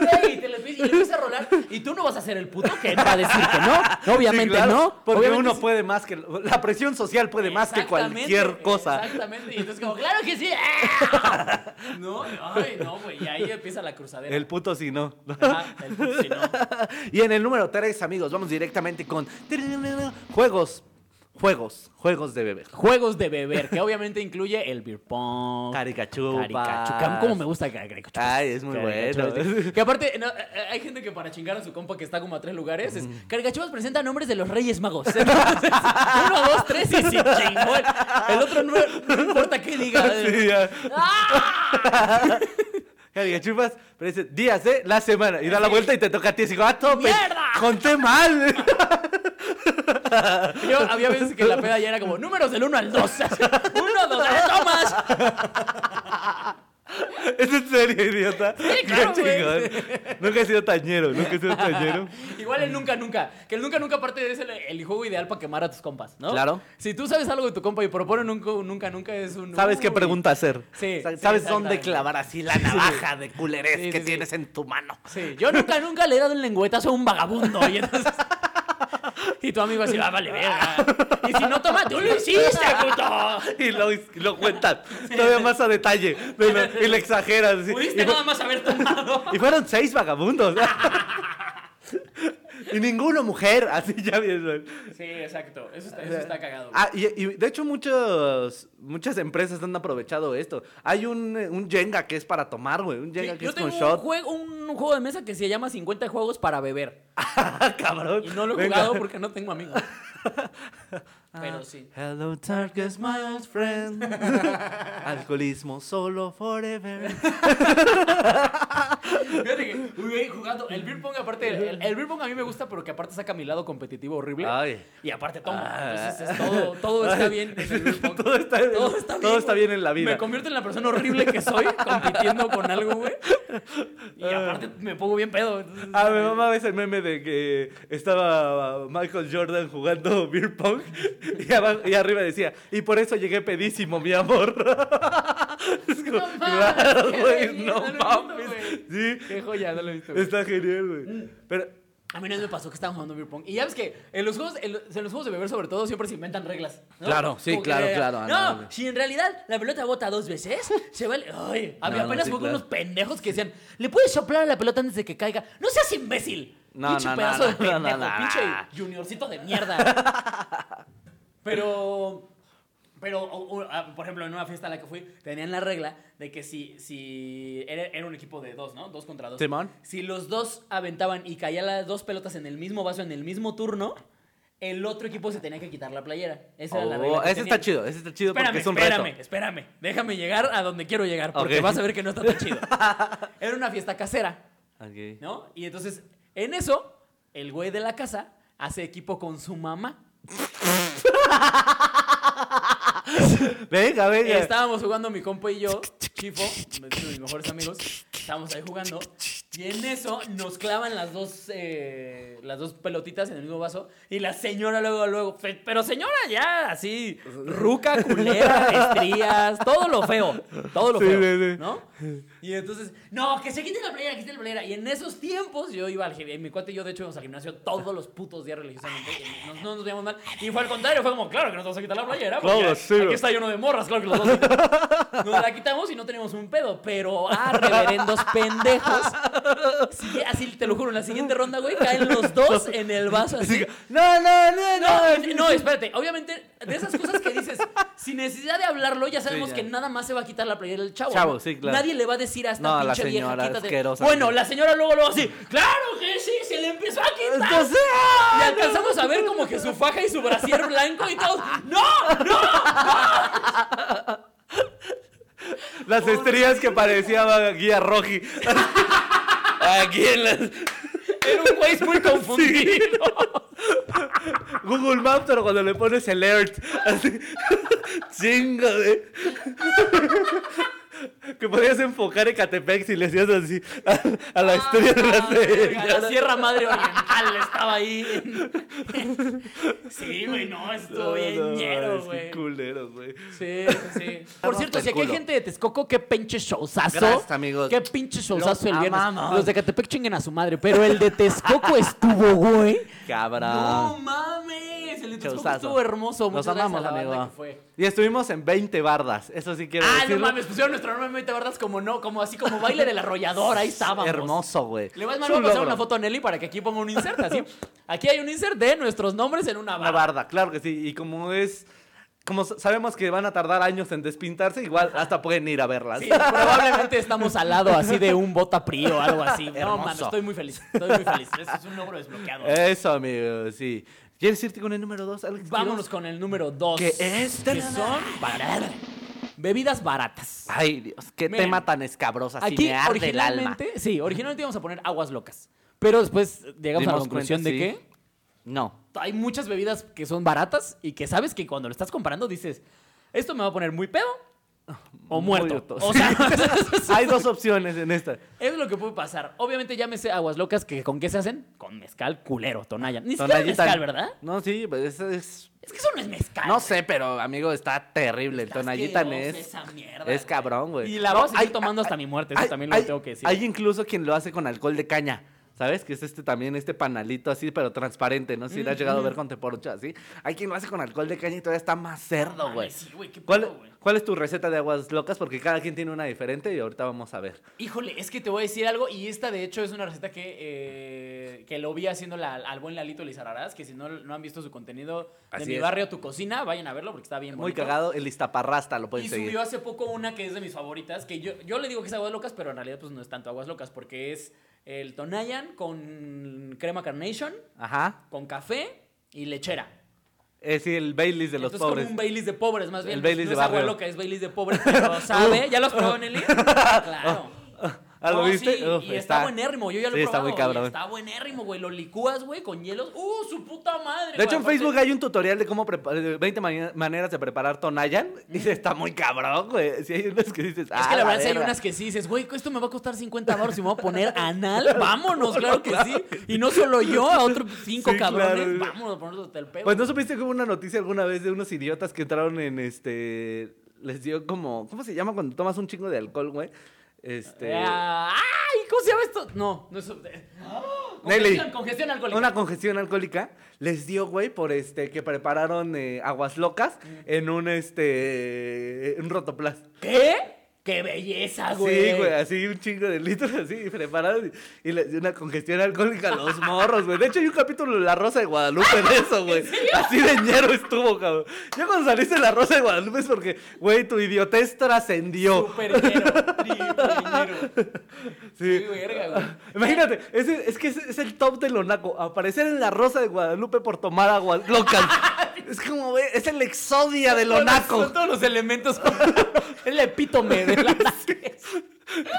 S2: güey! Y te le empieza y le empieza a rolar. Y tú no vas a ser el puto que va a decir que no. Obviamente
S1: Sí, claro,
S2: no.
S1: Porque
S2: obviamente
S1: uno
S2: sí.
S1: puede más que. La presión social puede más que
S2: Exactamente,
S1: cualquier cosa.
S2: Exactamente. Y entonces como, ¡claro que sí! ¡Ah! No, ay, no, güey. Y ahí empieza la cruzadera.
S1: El puto sí, no.
S2: Ajá, el puto, si no.
S1: Y en el número 3, amigos, vamos directamente con. Juegos. Juegos. Juegos de beber.
S2: Juegos de beber, que obviamente incluye el beer pong.
S1: Caricachupas.
S2: Caricachucam. ¿Cómo me gusta el caricachupas?
S1: Ay, es Ah, muy
S2: Caricachupas,
S1: bueno.
S2: sí. Que aparte, no, eh, eh, hay gente que para chingar a su compa que está como a tres lugares, es
S1: Mm.
S2: Caricachupas presenta nombres de los Reyes Magos. Entonces, uno, dos, tres y se chingó. El- El otro no, no importa qué diga.
S1: Sí, ya.
S2: ¡Ah!
S1: Caricachupas, pero dice, días, ¿eh? La semana. Y da la
S2: Sí.
S1: vuelta y te toca a ti. Y digo, ¡ah, tope!
S2: ¡Mierda!
S1: ¡Conté mal!
S2: Yo había veces que la peda ya era como números del 1 al 2. 1, 2, tomas.
S1: ¿Es en serio, idiota?
S2: claro,
S1: Qué
S2: güey.
S1: chingón. Nunca he sido tañero, nunca he sido tañero.
S2: Igual el nunca nunca. Que el nunca nunca parte es el, el juego ideal para quemar a tus compas, ¿no?
S1: Claro.
S2: Si tú sabes algo de tu compa y proponen un co- nunca nunca es un.
S1: Sabes qué
S2: uy.
S1: pregunta hacer.
S2: Sí,
S1: Sa- Sabes
S2: sí, exactamente.
S1: dónde clavar así la navaja de culerés
S2: Sí, sí,
S1: que
S2: sí.
S1: tienes en tu mano.
S2: Sí, yo nunca nunca le he dado el lengüetazo a un vagabundo. Y entonces. Y tu amigo así, va, vale, verga. Y si no toma, tú lo hiciste, puto.
S1: Y lo, lo cuentas todavía más a detalle. de lo- y lo exageras. así.
S2: Pudiste
S1: Y,
S2: nada más haber tomado.
S1: y fueron seis vagabundos. Y ninguno mujer, así ya bien.
S2: Sí, exacto. Eso está, eso está cagado. güey.
S1: Ah, y, y de hecho muchos, muchas empresas han aprovechado esto. Hay un, eh, un Jenga que es para tomar, güey. Un
S2: Sí,
S1: Jenga que
S2: yo
S1: es con
S2: tengo un
S1: shot.
S2: juego, un juego de mesa que se llama 50 juegos para beber.
S1: Ah, cabrón.
S2: Y no lo he
S1: Venga. Ah.
S2: jugado porque no tengo amigos. Pero sí.
S1: Hello, darkness, my old friend. Alcoholismo solo forever.
S2: Fíjate que, güey, jugando. El beer pong, aparte, el, el beer pong a mí me gusta, pero que aparte saca mi lado competitivo horrible.
S1: Ay.
S2: Y aparte tomo.
S1: Ah.
S2: Entonces es todo, todo está bien en el beer pong.
S1: Todo está bien. Todo está
S2: güey.
S1: bien en la vida.
S2: Me convierto en la persona horrible que soy compitiendo con algo, güey. Y aparte me pongo bien pedo. entonces-
S1: Ah, mi mamá ese meme de que estaba Michael Jordan jugando beer pong y, abajo- y arriba decía, y por eso llegué pedísimo, mi amor. Es como,
S2: No mames,
S1: claro,
S2: qué
S1: güey,
S2: bien,
S1: no
S2: no lo he visto,
S1: mames. Sí,
S2: Qué joya, no lo he visto. güey.
S1: está genial, güey. Pero,
S2: A mí una vez me pasó que estábamos jugando beer pong. Y ya ves que en los juegos, en los, en los juegos de beber, sobre todo, siempre se inventan reglas. ¿no?
S1: Claro, sí,
S2: Como que,
S1: claro,
S2: eh,
S1: claro, ah,
S2: No,
S1: no, no.
S2: si en realidad la pelota bota dos veces, se va el. Ay, a mí
S1: No, no,
S2: apenas
S1: sí,
S2: fue con
S1: claro.
S2: unos pendejos que decían: ¿le puedes soplar a la pelota antes de que caiga? ¡No seas imbécil!
S1: No,
S2: pinche
S1: no, no,
S2: pedazo de
S1: no, no,
S2: pendejo,
S1: no, no.
S2: pinche juniorcito de mierda. Pero. Pero, o- o, ah, por ejemplo, en una fiesta a la que fui, tenían la regla de que si, si era, era un equipo de dos, ¿no? Dos contra dos.
S1: Simón.
S2: Si los dos aventaban y caían las dos pelotas en el mismo vaso en el mismo turno, el otro equipo se tenía que quitar la playera. Esa era la
S1: oh,
S2: regla. que
S1: ese
S2: tenían.
S1: está chido, ese está chido
S2: Espérame,
S1: porque es un
S2: espérame,
S1: reto.
S2: espérame. Déjame llegar a donde quiero llegar porque
S1: Ok.
S2: vas a ver que no está tan chido. Era una fiesta casera,
S1: Ok.
S2: ¿no? Y entonces, en eso, el güey de la casa hace equipo con su mamá.
S1: Venga, venga.
S2: Estábamos jugando mi compa y yo, Chifo, uno de mis mejores amigos, estábamos ahí jugando y en eso nos clavan las dos eh, las dos pelotitas en el mismo vaso y la señora luego luego, "Fe- pero señora ya así ruca, culera, estrías, todo lo feo, todo lo
S1: Sí,
S2: feo,
S1: sí, sí.
S2: ¿no? Y entonces, no, que se quite la playera, que se quite la playera. Y en esos tiempos yo iba al gimnasio, mi cuate y yo de hecho íbamos al gimnasio todos los putos días religiosamente, y no, no nos veíamos mal. Y fue al contrario, fue como, claro que nos vamos a quitar la playera, porque
S1: Claro, sí,
S2: aquí
S1: güey.
S2: está lleno de morras, claro que los dos. Nos la quitamos y no tenemos un pedo, pero ah, reverendos pendejos. Sí, así te lo juro, en la siguiente ronda, güey, caen los dos en el vaso así.
S1: No, no, no, no.
S2: No, no, espérate. Obviamente, de esas cosas que dices, sin necesidad de hablarlo, ya sabemos
S1: Sí, ya.
S2: que nada más se va a quitar la playera del chavo.
S1: Chavo,
S2: ¿no?
S1: sí, claro.
S2: Nadie le va a decir a esta
S1: No, la
S2: pinche vieja
S1: señora
S2: quítate.
S1: asquerosa.
S2: Bueno, la señora luego luego así, ¡claro que sí! Se le empezó a quitar.
S1: Entonces,
S2: Y
S1: ¡ah!
S2: alcanzamos a ver como que su faja y su brasier blanco y todos. ¡No! ¡No!
S1: Las estrías que parecía guía Roji. Aquí en las.
S2: Era un güey muy confundido.
S1: Google Maps, pero cuando le pones alert. Así. Chingo, güey. Que podías enfocar Ecatepec si le hacías así a, a la estrella de la
S2: Ah, verga,
S1: señora.
S2: la Sierra Madre Oriental estaba ahí. sí, güey, no, estuvo bien ñero,
S1: mames,
S2: güey.
S1: Qué culeros, güey.
S2: Sí, sí. Por cierto, si aquí hay
S1: Culo.
S2: gente de Texcoco, qué pinche showzazo.
S1: Gracias, amigos.
S2: Qué pinche
S1: Los
S2: showzazo el viernes.
S1: amamos.
S2: Los de Catepec chinguen a su madre, pero el de Texcoco estuvo, güey.
S1: Cabrón.
S2: No mames, el de Texcoco
S1: Ah. Showzazo.
S2: estuvo hermoso.
S1: Nos
S2: Muchas gracias
S1: amamos,
S2: a la banda
S1: amigo.
S2: que fue.
S1: Y estuvimos en 20 bardas. Eso sí quiero
S2: Ah, no
S1: decirlo.
S2: mames, pusieron nuestro nombre en 20 bardas como no, como así como baile del arrollador, ahí estábamos.
S1: Hermoso, güey.
S2: Le voy a
S1: Es
S2: mandar a
S1: un
S2: pasar
S1: logro.
S2: una foto a Nelly para que aquí ponga un insert, así. Aquí hay un insert de nuestros nombres en una
S1: Una
S2: barra.
S1: barda, claro que sí. Y como es. Como s- sabemos que van a tardar años en despintarse, igual hasta pueden ir a verlas.
S2: Sí, probablemente estamos al lado así de un bota prio o algo así. No,
S1: Hermoso. Eh,
S2: mano, estoy muy feliz. Estoy muy feliz. Eso es un logro desbloqueado.
S1: Eso, amigo, sí. ¿Quieres irte con el número 2, Alex?
S2: Vámonos con el número 2.
S1: ¿Qué es?
S2: Que son baratas. Bebidas baratas.
S1: Ay, Dios, qué
S2: Miren,
S1: tema tan escabroso. Así
S2: Aquí
S1: me arde el alma.
S2: originalmente, sí, originalmente íbamos a poner aguas locas. Pero después llegamos a la
S1: Dimos
S2: conclusión
S1: cuenta,
S2: de
S1: sí.
S2: que
S1: No.
S2: hay muchas bebidas que son baratas y que sabes que cuando lo estás comprando dices, esto me va a poner muy pedo o muerto.
S1: Muerto,
S2: O
S1: sí.
S2: sea,
S1: Hay dos opciones en esta.
S2: es lo que puede pasar. Obviamente llámese aguas locas que con qué se hacen? Con mezcal culero, tonalla. Ni siquiera es
S1: Tonallita.
S2: mezcal, ¿verdad?
S1: No, sí, pues es, es-
S2: Es que eso no es mezcal.
S1: No sé, pero amigo, está terrible. El
S2: Está
S1: tonallita
S2: asqueroso
S1: es.
S2: esa mierda,
S1: es cabrón, güey.
S2: Y la
S1: No,
S2: voy a seguir
S1: hay-
S2: tomando hasta mi muerte, eso
S1: Hay-
S2: también lo
S1: hay-
S2: tengo que decir.
S1: Hay incluso quien lo hace con alcohol de caña. ¿Sabes? Que es este también, este panalito así, pero transparente, ¿no? Si lo has llegado a ver con teporucha, así. Hay quien lo hace con alcohol de caña y todavía está más cerdo, güey.
S2: Sí, güey, qué pedo,
S1: ¿Cuál,
S2: güey.
S1: ¿Cuál es tu receta de aguas locas? Porque cada quien tiene una diferente y ahorita vamos a ver.
S2: Híjole, es que te voy a decir algo y esta de hecho es una receta que, eh, que lo vi haciendo la- al buen Lalito Lizarrarás, que si no, no han visto su contenido de
S1: Así
S2: mi
S1: es.
S2: barrio, tu cocina, vayan a verlo porque está bien
S1: Muy
S2: bonito.
S1: cagado, el listaparrasta lo
S2: Y
S1: pueden seguir.
S2: subió hace poco una que es de mis favoritas, que yo, yo le digo que es aguas locas, pero en realidad pues no es tanto aguas locas porque es el Tonayan con crema carnation,
S1: Ajá.
S2: con café y lechera.
S1: Es el Baileys de los
S2: Entonces,
S1: pobres.
S2: como un Baileys de pobres, más bien.
S1: El Baileys
S2: no
S1: de
S2: es agua
S1: barrio. Uh.
S2: loca, es Baileys de pobres, pero sabe. ¿Ya lo has probado, Nelly? Claro.
S1: Ah, ¿lo
S2: No,
S1: viste?
S2: sí,
S1: Uf,
S2: y está, buenérrimo. Yo ya lo
S1: Sí,
S2: he
S1: está
S2: probado.
S1: muy cabrón.
S2: y Está buenérrimo, güey. Lo licúas, güey, con hielos. ¡Uh, su puta madre!
S1: De
S2: güey!
S1: hecho, en
S2: Aparte-
S1: Facebook hay un tutorial de cómo preparar 20 mani- maneras de preparar Tonayan. Dice, está muy cabrón, güey. Si hay unas que dices,
S2: Es
S1: ah,
S2: que la verdad, sí hay
S1: verga".
S2: unas que sí dices, güey, esto me va a costar 50 baros y me voy a poner anal. Vámonos, claro que sí. Y no solo yo, a otros cinco
S1: Sí,
S2: cabrones.
S1: claro.
S2: Vámonos, ponernos hasta el pedo.
S1: Pues no supiste que hubo una noticia alguna vez de unos idiotas que entraron en este. Les dio como. ¿Cómo se llama cuando tomas un chingo de alcohol, güey? Este.
S2: Ah, ¡Ay! ¿Cómo se llama esto? No, no es. Congestión, congestión alcohólica.
S1: Una congestión alcohólica les dio, güey, por este que prepararon eh, aguas locas
S2: Mm.
S1: en un este un rotoplas.
S2: ¿Qué? ¡Qué belleza, Ah, güey!
S1: Sí, güey, así un chingo de litros así preparados y, y le- y una congestión alcohólica a los morros, güey. De hecho, hay un capítulo de La Rosa de Guadalupe de eso, güey. Así de ñero estuvo, cabrón. Yo cuando saliste de La Rosa de Guadalupe es porque, güey, tu idiotez trascendió.
S2: Súper ñero, triple ñero.
S1: Sí.
S2: Sí, verga, güey.
S1: Imagínate, ese- es que ese es el top de lo naco. Aparecer en la Rosa de Guadalupe por tomar agua local. es como, güey, es el exodia de lo
S2: Son los-
S1: naco.
S2: Son todos los elementos. es la epítome de la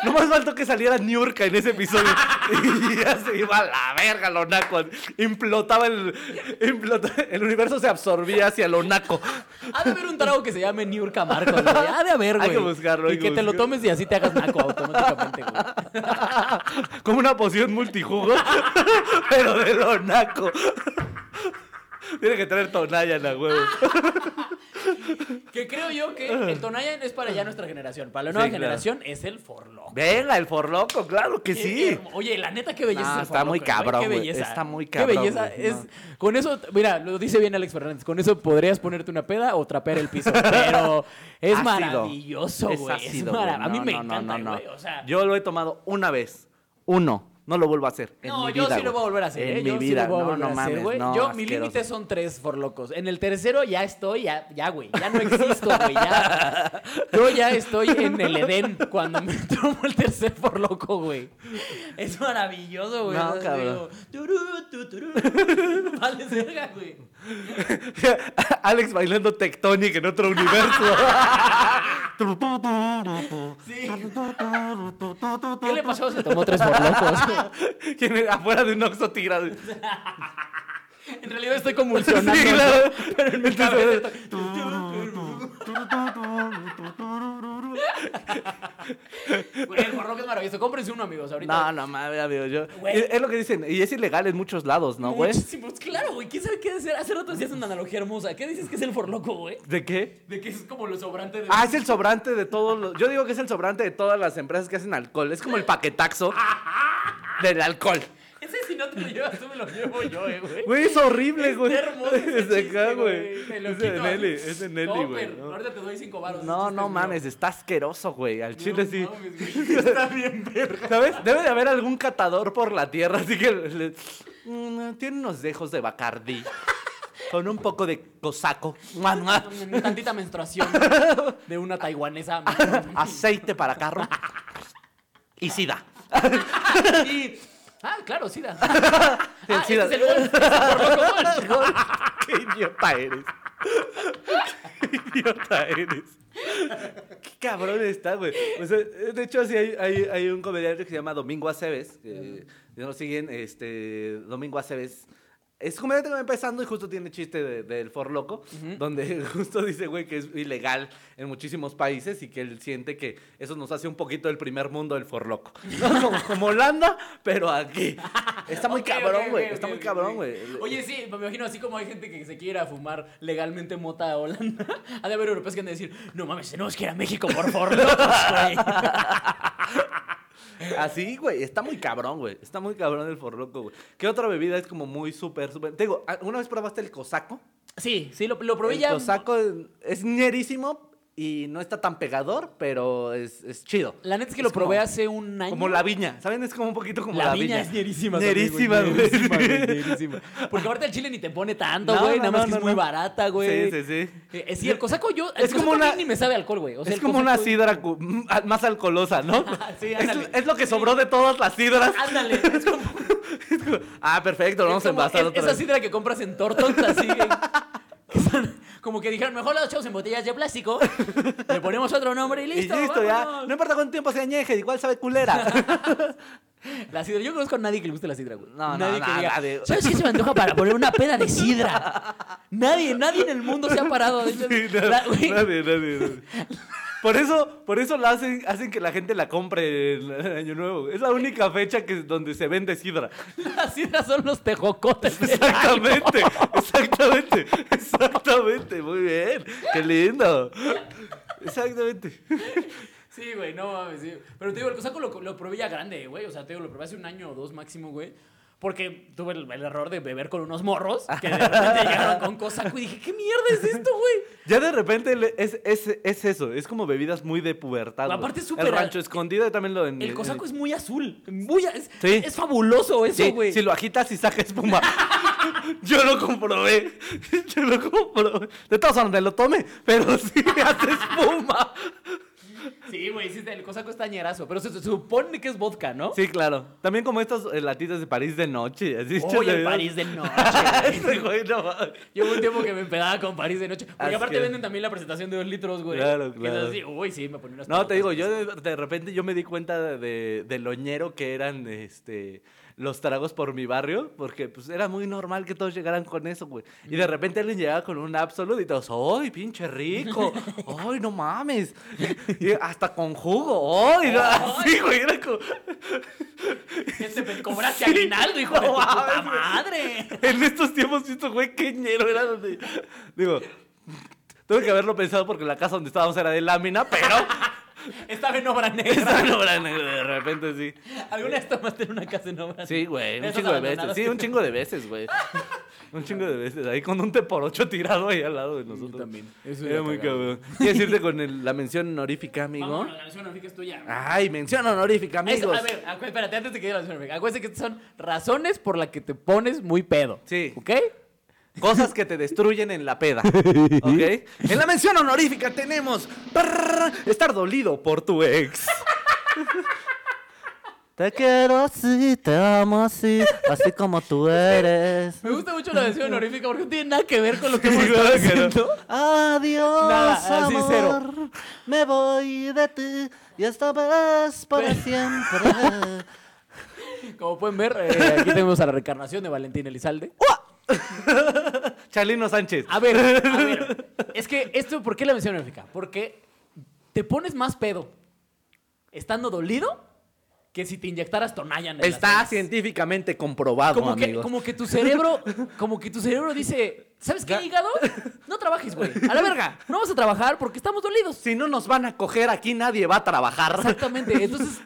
S1: No más faltó que saliera Niurka en ese episodio. y ya se iba a la verga lo naco. Implotaba el, implota- el universo se absorbía hacia lo naco.
S2: Ha de haber un trago que se llame Niurka Marcos, güey. Ha de haber,
S1: Hay
S2: güey.
S1: que buscarlo, hay
S2: Y
S1: que
S2: que, te lo
S1: buscarlo.
S2: tomes y así te hagas naco automáticamente, güey.
S1: Como una poción multijugo, pero de lo naco. Tiene que traer Tonayan a huevo.
S2: Que creo yo que el Tonayan es para ya nuestra generación. Para la nueva
S1: Sí, claro.
S2: generación es el forloco.
S1: Venga, el forloco, claro que sí.
S2: Oye, la neta, qué belleza.
S1: No,
S2: es el
S1: está
S2: forloco,
S1: muy
S2: güey.
S1: cabrón,
S2: Qué
S1: güey.
S2: belleza.
S1: Está muy
S2: Qué
S1: cabrón,
S2: belleza.
S1: güey,
S2: es,
S1: no.
S2: Con eso, mira, lo dice bien Alex Fernández. Con eso podrías ponerte una peda o trapear el piso. Pero es
S1: Ácido.
S2: maravilloso,
S1: Es
S2: güey. Es,
S1: ácido,
S2: maravilloso.
S1: güey.
S2: A mí
S1: No,
S2: me
S1: no, no,
S2: encanta,
S1: no, no.
S2: güey. O sea,
S1: Yo lo he tomado una vez. Uno. No lo vuelvo a hacer. en
S2: no,
S1: mi
S2: yo
S1: vida,
S2: sí lo
S1: güey.
S2: voy a volver a hacer.
S1: En
S2: ¿eh?
S1: mi
S2: yo
S1: vida.
S2: sí lo voy a
S1: no,
S2: volver
S1: no
S2: a hacer,
S1: mames.
S2: güey.
S1: no,
S2: yo, mi
S1: asqueroso.
S2: límite son tres forlocos. En el tercero ya estoy, ya, ya, güey. Ya no existo, güey. Ya, yo ya estoy en el Edén cuando me tomo el tercer forloco, güey. Es maravilloso, güey.
S1: No,
S2: O sea,
S1: cabrón.
S2: digo, turú, tu, turú. Vale, verga, güey.
S1: Alex bailando Tectonic en otro universo.
S2: Sí. ¿Qué le pasó? Se tomó tres forlocos.
S1: ¿Quién era? Afuera de un Oxxo tirado.
S2: En realidad estoy convulsionando.
S1: Sí, claro.
S2: ¿no? Pero en mi cabeza
S1: Entonces,
S2: estoy- Güey, el forloco es maravilloso. Cómprense uno, amigos. Ahorita.
S1: No, no mames, amigo. Yo...
S2: Güey.
S1: Es, es lo que dicen. Y es ilegal en muchos lados, ¿no, güey?
S2: Muchísimos, claro, güey. ¿Quién sabe qué decir? Hace rato decías una analogía hermosa. ¿Qué dices que es el forloco, güey?
S1: ¿De qué?
S2: De que es como lo sobrante de.
S1: Ah, es el sobrante de todos los. Yo digo que es el sobrante de todas las empresas que hacen alcohol. Es como el paquetaxo del alcohol.
S2: Ese si no te lo llevas, tú me lo llevo yo, eh, güey.
S1: Güey, es horrible,
S2: Está
S1: güey.
S2: hermoso ese
S1: Es de
S2: chiste,
S1: acá, güey.
S2: Te lo
S1: Es de
S2: quito.
S1: Nelly, es de Nelly, güey.
S2: Topper,
S1: ¿no?
S2: Ahorita te doy cinco baros.
S1: No, no mames, está asqueroso, güey. Al chile sí.
S2: Está bien, verga.
S1: ¿Sabes? Debe de haber algún catador por la tierra, así que le- Mm, tiene unos dejos de Bacardí. Con un poco de cosaco. Mua, mua.
S2: Tantita menstruación de una taiwanesa.
S1: Aceite para carro. Y sida.
S2: Y- Ah, claro, SIDA.
S1: El
S2: Ah,
S1: SIDA.
S2: este es el golf, este es el forloco golf.
S1: ¡Qué idiota eres! ¡Qué idiota eres! ¡Qué cabrón está, güey! O sea, de hecho, sí, hay, hay, hay un comediante que se llama Domingo Aceves. Que, si no lo siguen, este, Domingo Aceves. Es un comediante que va empezando y justo tiene chiste de- del forloco, donde justo dice, güey, que es ilegal en muchísimos países y que él siente que eso nos hace un poquito el primer mundo del forloco. ¿no? Como, como Holanda, pero aquí. Está muy
S2: Ok,
S1: cabrón,
S2: ok,
S1: güey.
S2: ok,
S1: está
S2: ok,
S1: muy
S2: ok.
S1: cabrón, güey.
S2: Oye, sí, me imagino así como hay gente que se quiere ir a fumar legalmente mota a Holanda. Ha de haber europeos que han de decir, no mames, tenemos que ir a México por favor. locos, güey".
S1: Así, Ah, güey. Está muy cabrón, güey. Está muy cabrón el forloco, güey. ¿Qué otra bebida es como muy súper, súper? Te digo, ah, ¿una vez probaste el cosaco?
S2: Sí, sí, lo, lo probé
S1: el
S2: ya.
S1: cosaco es ñerísimo y no está tan pegador, pero es, es chido.
S2: La neta es que lo
S1: es como-
S2: probé hace un año.
S1: Como la viña, ¿saben? Es como un poquito como
S2: La
S1: la,
S2: viña es ñerísima también, güey,
S1: Ñerísima, güey.
S2: ñerísima, güey, ñerísima. Porque ahorita el chile ni te pone tanto,
S1: No,
S2: güey.
S1: no,
S2: nada más
S1: no,
S2: que es
S1: no,
S2: muy
S1: no.
S2: barata, güey.
S1: Sí, sí, sí.
S2: Eh, eh, sí, el cosaco yo. El
S1: Es como
S2: cosaco a mí
S1: una-
S2: ni me sabe a alcohol, güey. O sea,
S1: es
S2: el
S1: como una
S2: cosaco-
S1: sidra cu- mm, ah, más alcoholosa, ¿no?
S2: Sí,
S1: es,
S2: ándale.
S1: es lo que sobró de todas las sidras.
S2: Ándale, es como.
S1: Es como, ah, perfecto, lo vamos a
S2: es como
S1: envasar
S2: es-
S1: otra
S2: Esa
S1: vez.
S2: sidra que compras en Tortons, así. güey, que son- como que dijeron, mejor la echamos en botellas de plástico. Le ponemos otro nombre y
S1: Y
S2: listo.
S1: listo, ya.
S2: vámonos.
S1: No importa cuánto tiempo se añeje, igual sabe culera.
S2: La sidra. Yo conozco a nadie que le guste la sidra, güey.
S1: No, no,
S2: nadie que
S1: no,
S2: diga,
S1: nadie.
S2: ¿Sabes qué se me antoja para poner una peda de sidra? Nadie, nadie en el mundo se ha parado. de hecho, la- güey,
S1: nadie, nadie, nadie. Por eso, por eso la hacen, hacen que la gente la compre el año nuevo. Es la única fecha que donde se vende sidra.
S2: la sidra son los tejocotes. del año.
S1: Exactamente, exactamente, exactamente. Muy bien, qué lindo. Exactamente.
S2: Sí, güey, no mames, sí. Pero te digo, el cosaco lo, lo probé ya grande, güey. O sea, te digo, lo probé hace un año o dos máximo, güey. Porque tuve el, el error de beber con unos morros que de repente llegaron con cosaco y dije, ¿qué mierda es esto, güey?
S1: Ya de repente le- es, es, es eso, es como bebidas muy de pubertad. güey.
S2: Aparte es
S1: El
S2: súper-
S1: rancho escondido y también lo en.
S2: El cosaco es muy azul. Muy, a- es,
S1: Sí.
S2: es fabuloso eso,
S1: Sí,
S2: güey.
S1: si lo agitas y saca espuma. Yo lo comprobé. Yo lo comprobé. De todas formas, me lo tome, pero sí hace espuma.
S2: Sí, güey, sí, el cosaco está ñerazo. Pero se, se supone que es vodka, ¿no?
S1: Sí, claro. También como estas eh, latitas de París de noche. Así hechas de
S2: Oye, el
S1: vida.
S2: París de noche.
S1: Ese güey, no mames.
S2: Yo hubo un tiempo que me empedaba con París de noche. Porque
S1: Así
S2: aparte
S1: es.
S2: venden también la presentación de dos litros, güey.
S1: Claro,
S2: Que
S1: claro.
S2: es así, uy, sí, me ponía unas
S1: No, te
S2: pelotas,
S1: digo, yo
S2: pues.
S1: de, de repente yo me di cuenta de, de lo ñero que eran este, los tragos por mi barrio, porque pues era muy normal que todos llegaran con eso, güey. Y de repente alguien llegaba con un Absolut y todos, ¡ay, pinche rico! ¡Ay, no mames! Y hasta con jugo, ¡ay! no", así, güey, era como...
S2: Este me cobraste
S1: Sí,
S2: aguinaldo, hijo de tu
S1: no
S2: puta
S1: mames.
S2: madre.
S1: En estos tiempos, visto, güey, qué ñero era donde... Digo, tuve que haberlo pensado porque la casa donde estábamos era de lámina, pero...
S2: Estaba en obra negra.
S1: Esa no era negra, de repente sí.
S2: ¿Alguna vez tomaste en una casa en obra
S1: Sí, güey, un
S2: Esos
S1: chingo de veces.
S2: abandonados.
S1: Sí, un chingo de veces, güey. Un chingo de veces. Ahí con un té por ocho tirado ahí al lado de nosotros.
S2: también. Eso
S1: Era
S2: era
S1: muy
S2: cagado.
S1: cabrón. ¿Quieres irte con el- la mención honorífica, amigo?
S2: Vámonos, la canción honorífica es tuya.
S1: Ay, mención honorífica, amigos.
S2: Eso, a ver, acu- espérate, antes de que diga la canción honorífica. Acuérdate que estas son razones por las que te pones muy pedo.
S1: Sí.
S2: ¿Ok?
S1: Cosas que te destruyen en la peda. ¿Ok? En la mención honorífica tenemos prrr, estar dolido por tu ex. Te quiero así, te amo así, así como tú eres.
S2: Me gusta mucho la canción honorífica porque no tiene nada que ver con lo que
S1: Sí,
S2: hemos estado
S1: claro que no.
S2: haciendo.
S1: Adiós,
S2: Nada, así,
S1: amor.
S2: cero.
S1: Me voy de ti y esta vez para
S2: Pero-
S1: siempre.
S2: Como pueden ver, eh, aquí tenemos a la reencarnación de Valentín Elizalde.
S1: Chalino Sánchez.
S2: A ver, a ver. Es que esto, ¿por qué la mención honorífica? Porque te pones más pedo estando dolido que si te inyectaras Tonayan. en las
S1: Está
S2: venas.
S1: científicamente comprobado,
S2: como que,
S1: amigos.
S2: como que tu cerebro, como que tu cerebro dice, ¿sabes qué, hígado? No trabajes, güey. A la verga. No vas a trabajar porque estamos dolidos.
S1: Si no nos van a coger aquí, nadie va a trabajar.
S2: Exactamente. Entonces,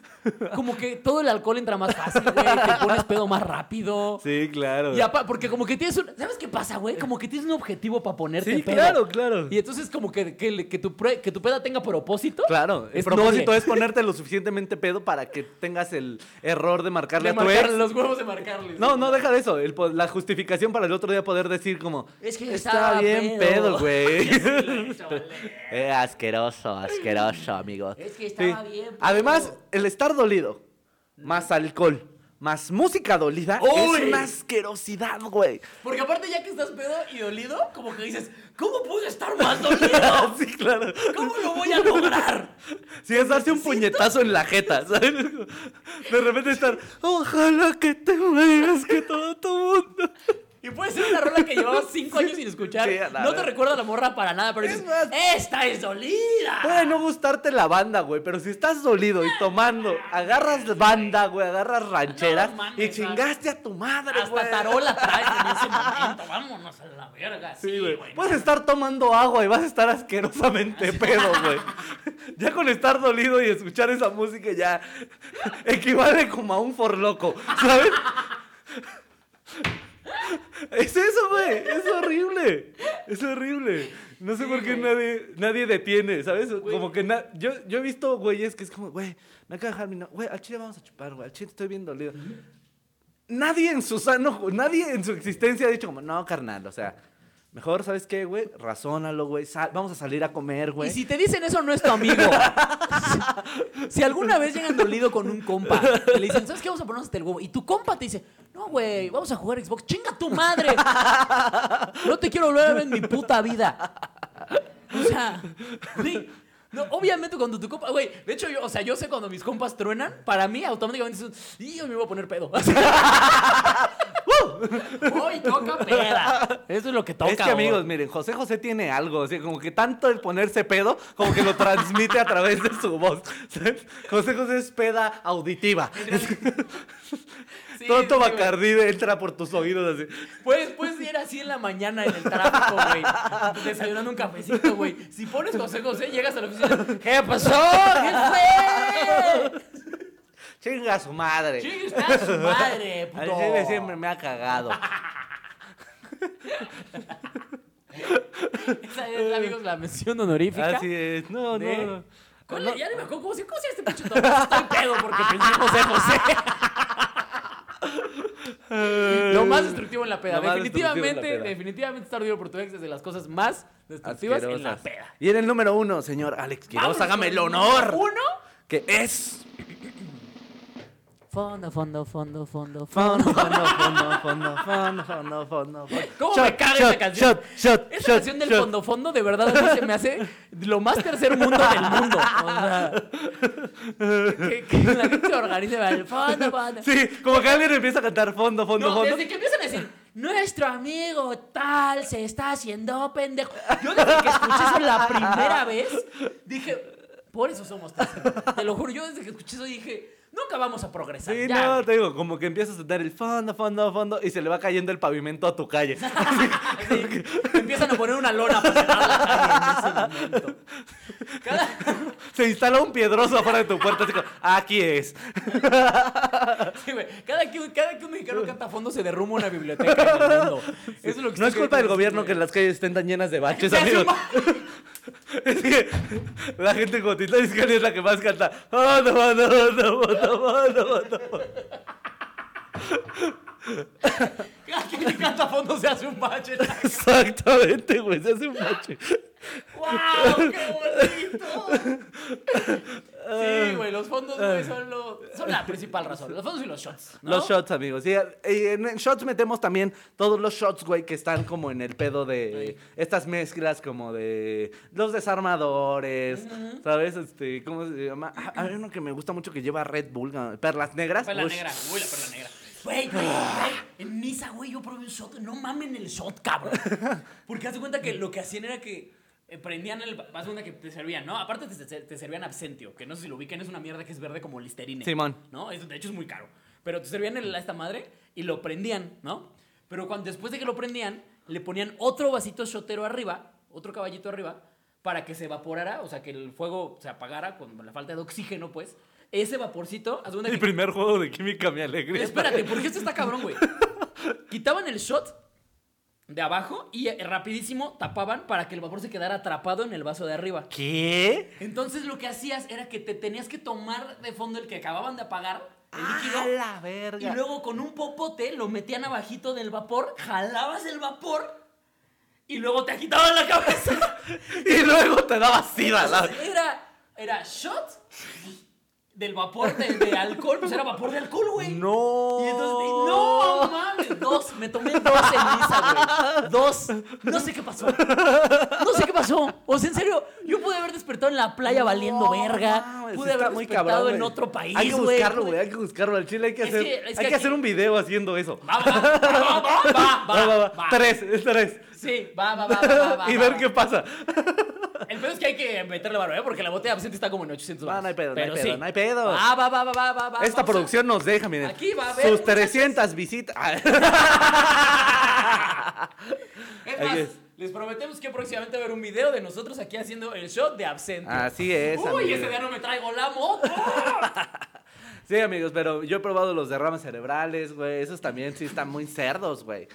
S2: como que todo el alcohol entra más fácil, güey. Te pones pedo más rápido.
S1: Sí, claro.
S2: Y apa- porque como que tienes un... ¿Sabes qué pasa, güey? Como que tienes un objetivo para ponerte
S1: Sí,
S2: pedo.
S1: claro, claro.
S2: Y entonces como que, que, le- que tu, pre- que tu peda tenga propósito.
S1: Claro, el
S2: es
S1: propósito
S2: noble.
S1: es ponerte lo suficientemente pedo para que tengas el error de marcarle
S2: De
S1: a tu ex.
S2: marcarle, los huevos de marcarle.
S1: No,
S2: sí.
S1: no, deja de eso. el po- la justificación para el otro día poder decir como...
S2: Es que
S1: Está
S2: estaba
S1: bien
S2: pedo".
S1: pedo, güey.
S2: Sí, chale.
S1: Eh, asqueroso, asqueroso, amigos.
S2: Es que estaba bien, pero-
S1: Además, el estar dolido, más alcohol, más música dolida,
S2: ¡Uy!
S1: es una asquerosidad, güey.
S2: Porque aparte ya que estás pedo y dolido, como que dices, ¿cómo puedo estar más dolido?
S1: sí, claro.
S2: ¿Cómo lo voy a lograr?
S1: Sí, es darse un puñetazo en la jeta, ¿sabes? De repente estar, ojalá que te mueras, que todo tu mundo.
S2: Y puede ser una rola que llevabas cinco años sin escuchar.
S1: Sí, a la
S2: no te
S1: verdad.
S2: recuerda la morra para nada, pero
S1: Es
S2: dices,
S1: más-
S2: ¡Esta es dolida!
S1: Puede no gustarte la banda, güey, pero si estás dolido y tomando, agarras banda, güey, agarras rancheras
S2: No mames,
S1: y chingaste a tu madre,
S2: Hasta
S1: güey.
S2: tarola traes en ese momento. Vámonos a la verga. Sí, güey. no.
S1: Puedes estar tomando agua y vas a estar asquerosamente pedo, güey. Ya con estar dolido y escuchar esa música ya equivale como a un forloco, ¿sabes? Es eso, güey. Es horrible. Es horrible. No sé por qué nadie, nadie detiene, ¿sabes? Como que na- yo, yo he visto güeyes que es como, güey, me acaba de dejar mi no. Güey, al chile vamos a chupar, güey. Al chile estoy bien dolido. Nadie en su sano, ju- nadie en su existencia ha dicho como, no, carnal, o sea, mejor, ¿sabes qué, güey? Razónalo, güey. sal- vamos a salir a comer, güey.
S2: Y si te dicen eso, no es tu amigo. si alguna vez llegan dolido con un compa, y le dicen, ¿sabes qué? Vamos a ponernos hasta el huevo. Y tu compa te dice, no, güey, vamos a jugar Xbox. ¡Chinga tu madre! No te quiero volver a ver en mi puta vida. O sea, güey. No, obviamente cuando tu compa, güey, de hecho yo, o sea, yo sé cuando mis compas truenan, para mí automáticamente es un, y yo me voy a poner pedo. Hoy toca peda. Eso es lo que toca.
S1: es que
S2: bro.
S1: amigos, miren, José José tiene algo, o sea, como que tanto el ponerse pedo, como que lo transmite a través de su voz. ¿sabes? José José es peda auditiva.
S2: Sí,
S1: Todo
S2: sí,
S1: Tonto
S2: güey.
S1: Bacardí entra por tus oídos así.
S2: Puedes, puedes ir pues así en la mañana en el tráfico, güey. Desayunando un cafecito, güey. Si pones José José, llegas a la oficina. ¿Qué pasó? ¿Qué fue?
S1: Chinga a su madre.
S2: Chingue usted a su madre,
S1: Al chile
S2: puto.
S1: siempre me ha cagado.
S2: Esa es, amigos, la mención honorífica.
S1: Así es. No, no,
S2: ¿De?
S1: no.
S2: ¿Cuál es? Ya ni me acuerdo cómo se cómo se llama este pinche tonto? Estoy pedo porque pensé en José José. Lo más destructivo en la peda.
S1: Lo más destructivo en la
S2: definitivamente,
S1: peda.
S2: definitivamente estar duro por tu ex es de las cosas más destructivas en la
S1: Asquerosas.
S2: peda.
S1: Y en el número uno, señor Alex Quiroz,
S2: Vámonos
S1: hágame el
S2: con
S1: honor.
S2: Uno.
S1: Que es.
S2: Fondo, fondo, fondo, fondo,
S1: Fondo, fondo, fondo, fondo, fondo, fondo, fondo.
S2: ¿Cómo
S1: Shot,
S2: me caga
S1: shot,
S2: esa canción?
S1: Shot, shot,
S2: Esa
S1: shot,
S2: canción del
S1: shot.
S2: fondo fondo de verdad a mí se me hace lo más tercer mundo del mundo. O sea, que, que la gente se organice para el fondo fondo.
S1: Sí, como que alguien empieza a cantar fondo, fondo,
S2: No,
S1: fondo.
S2: desde que empiezan a decir, nuestro amigo tal se está haciendo pendejo. Yo desde que escuché eso la primera vez, dije, por eso somos terceros. Te lo juro, yo desde que escuché eso dije, nunca vamos a progresar.
S1: Sí,
S2: ya.
S1: no, te digo, como que empiezas a dar el fondo, fondo, fondo y se le va cayendo el pavimento a tu calle.
S2: Sí, Empiezan a poner una lona para cerrar la calle en ese momento. Cada-
S1: Se instala un piedroso afuera de tu puerta, así como, aquí es.
S2: Sí, güey. Cada que, cada que un mexicano canta a fondo se derrumba una biblioteca en el mundo. Eso es lo que
S1: No
S2: estoy
S1: es culpa del
S2: queriendo
S1: gobierno que
S2: decir,
S1: las calles estén tan llenas de baches,
S2: Se
S1: amigos.
S2: asuma-
S1: Es que la gente en Cotitlán Iscali es la que más canta. ¡Ah, Fondo, fondo, fondo, fondo, fondo, fondo.
S2: güey. Cada que le canta a fondo se hace un bache.
S1: Exactamente, güey, se hace un bache.
S2: ¡Wow! ¡Qué bonito! Sí, güey, los fondos, güey, son, lo- son la principal razón. Los fondos y los shots. ¿no?
S1: Los shots, amigos. Y, eh, en en shots metemos también todos los shots, güey, que están como en el pedo de estas mezclas como de los desarmadores, ¿sabes? Este, ¿cómo se llama? Ah, Hay uno que me gusta mucho que lleva Red Bull, ah, perlas negras.
S2: Perla
S1: Ush.
S2: negra, uy, la perla negra. Güey, güey, güey, en misa, güey, yo probé un shot. No mamen el shot, cabrón. Porque haz de cuenta que lo que hacían era que eh, prendían el. Haz de cuenta que te servían, ¿no? Aparte te, te- te servían absentio, que no sé si lo ubican, es una mierda que es verde como listerine.
S1: Simón.
S2: ¿No? Es- de hecho es muy caro. Pero te servían el- esta madre y lo prendían, ¿no? Pero cuando, después de que lo prendían, le ponían otro vasito shotero arriba, otro caballito arriba, para que se evaporara, o sea, que el fuego se apagara con la falta de oxígeno, pues. Ese vaporcito, haz de cuenta
S1: El
S2: que
S1: primer juego de química me alegría.
S2: Espérate, porque esto está cabrón, güey. Quitaban el shot de abajo y eh, rapidísimo tapaban para que el vapor se quedara atrapado en el vaso de arriba.
S1: ¿Qué?
S2: Entonces lo que hacías era que te tenías que tomar de fondo el que acababan de apagar, el
S1: A
S2: líquido,
S1: Ah, la verga.
S2: y luego con un popote lo metían abajito del vapor, jalabas el vapor y luego te agitaban la cabeza.
S1: Y luego te daba sida. la-
S2: Era, era shot, del vapor de, de alcohol, pues era vapor de alcohol, güey.
S1: No.
S2: Y entonces, y- no mames, Oh. dos, me tomé dos en misa, güey. Dos. No sé qué pasó. No sé qué pasó. O sea, en serio, yo pude haber despertado en la playa valiendo
S1: No,
S2: verga.
S1: mames,
S2: Pude
S1: está
S2: haber
S1: muy
S2: despertado
S1: cabrón,
S2: en
S1: güey.
S2: otro país,
S1: Hay que buscarlo,
S2: pude-
S1: güey. Hay que buscarlo al chile. Hay que,
S2: Es
S1: hacer,
S2: que- es que
S1: hay
S2: aquí-
S1: que hacer un video haciendo eso.
S2: Va, va, va, va, va, va,
S1: Va, va, va.
S2: va.
S1: Tres, es tres.
S2: Sí, va, va, va, va, va, va,
S1: y
S2: va,
S1: ver
S2: va.
S1: qué pasa.
S2: El pedo es que hay que meterle barro, ¿eh? Porque la botella de absente está como en 800
S1: Va,
S2: baros.
S1: no hay pedo, no
S2: Pero
S1: hay pedo,
S2: sí.
S1: no hay pedo.
S2: Va, va, va, va, va, va,
S1: Esta
S2: va. Vamos a-
S1: producción nos deja, miren.
S2: Aquí va a haber
S1: Sus
S2: muchas
S1: 300 visitas. Ah,
S2: Es
S1: Ahí
S2: más,
S1: es.
S2: les prometemos que próximamente va a haber un video de nosotros aquí haciendo el shot de absente.
S1: Así es.
S2: Uy,
S1: amigos.
S2: ese día no me traigo la moto.
S1: Sí, amigos, pero yo he probado los derrames cerebrales, güey. Esos también sí están muy cerdos, güey.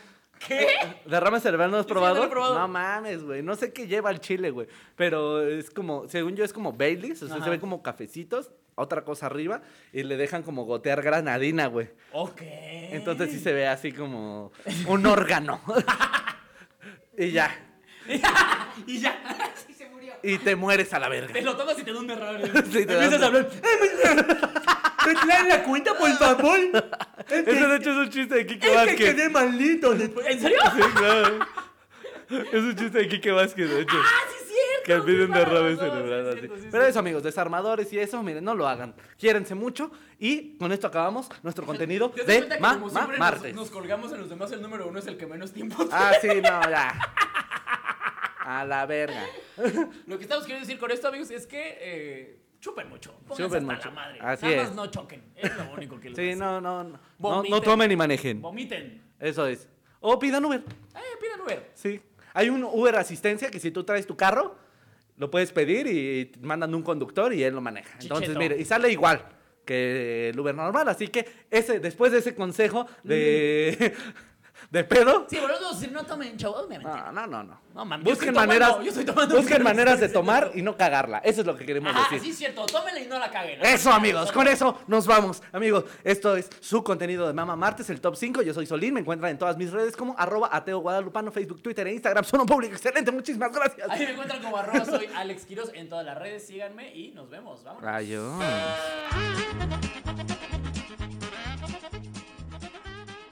S2: ¿Qué?
S1: ¿Derrame cerebral no has
S2: Yo sí, no lo
S1: probado?
S2: he probado.
S1: No mames, güey. No sé qué lleva el chile, güey. Pero es como, según yo, es como Baileys. O sea,
S2: Ajá.
S1: se ve como cafecitos, otra cosa arriba, y le dejan como gotear granadina, güey.
S2: Ok.
S1: Entonces sí se ve así como un órgano. y ya.
S2: y ya. sí se murió.
S1: Y te mueres a la verga.
S2: Te lo tomas y te da un error.
S1: Sí, te da
S2: Empiezas
S1: un-
S2: a hablar.
S3: ¿Me traen la cuenta, por favor? Es
S1: Ese
S3: que,
S1: de hecho es un chiste de Kike
S3: es que
S1: Vázquez.
S3: quedé malito. de-
S2: ¿En serio?
S1: Sí, claro. Es un chiste de Kike Vázquez, de hecho.
S2: Ah, sí es cierto.
S1: Que piden
S2: sí,
S1: derrame
S2: claro, no, sí es
S1: cerebral. así.
S2: cierto, sí es
S1: Pero
S2: cierto.
S1: eso, amigos, desarmadores y eso, miren, no lo hagan. Quiérense mucho. Y con esto acabamos nuestro contenido
S2: ¿Te das
S1: de
S2: cuenta que
S1: ma-
S2: como
S1: ma-
S2: siempre nos-
S1: martes.
S2: Nos, colgamos en los demás, el número uno es el que menos tiempo tiene.
S1: Ah, sí, no, ya. A la verga.
S2: Lo que estamos queriendo decir con esto, amigos, es que eh, chupen mucho. Pónganse
S1: Chupen
S2: hasta
S1: mucho.
S2: la madre.
S1: Así
S2: Nada
S1: es.
S2: más no choquen. Es lo único que les voy a
S1: Sí,
S2: decir.
S1: no, no, no. No,
S2: Vomiten.
S1: no tomen y manejen.
S2: Vomiten.
S1: Eso es. O pidan Uber.
S2: Eh, pidan Uber.
S1: Sí. Hay un Uber asistencia que si tú traes tu carro, lo puedes pedir y te mandan un conductor y él lo maneja. Entonces,
S2: Chicheto.
S1: mire, y sale igual que el Uber normal. Así que ese, después de ese consejo de, de pedo.
S2: Mm. Sí, boludo, si no tomen, chavos, me meten.
S1: No, no, no, no.
S2: No, mames, yo
S1: busquen
S2: estoy tomando,
S1: maneras,
S2: yo estoy tomando
S1: busquen
S2: Uber
S1: maneras de
S2: asistencia.
S1: tomar y no cagarla. Eso es lo que queremos
S2: Ah,
S1: decir.
S2: sí, es cierto. Tómenla y no la caguen.
S1: pues Eso, amigos, con eso nos vamos. Amigos, esto es su contenido de Mama Martes, el top 5. Yo soy Solín, me encuentran en todas mis redes como arroba ateo guadalupano, Facebook, Twitter e Instagram. Son un público excelente, muchísimas gracias.
S2: Ahí me encuentran como arroba, soy Alex Quiroz en todas las redes. Síganme y nos vemos. Vámonos.
S1: Adiós.
S4: Thank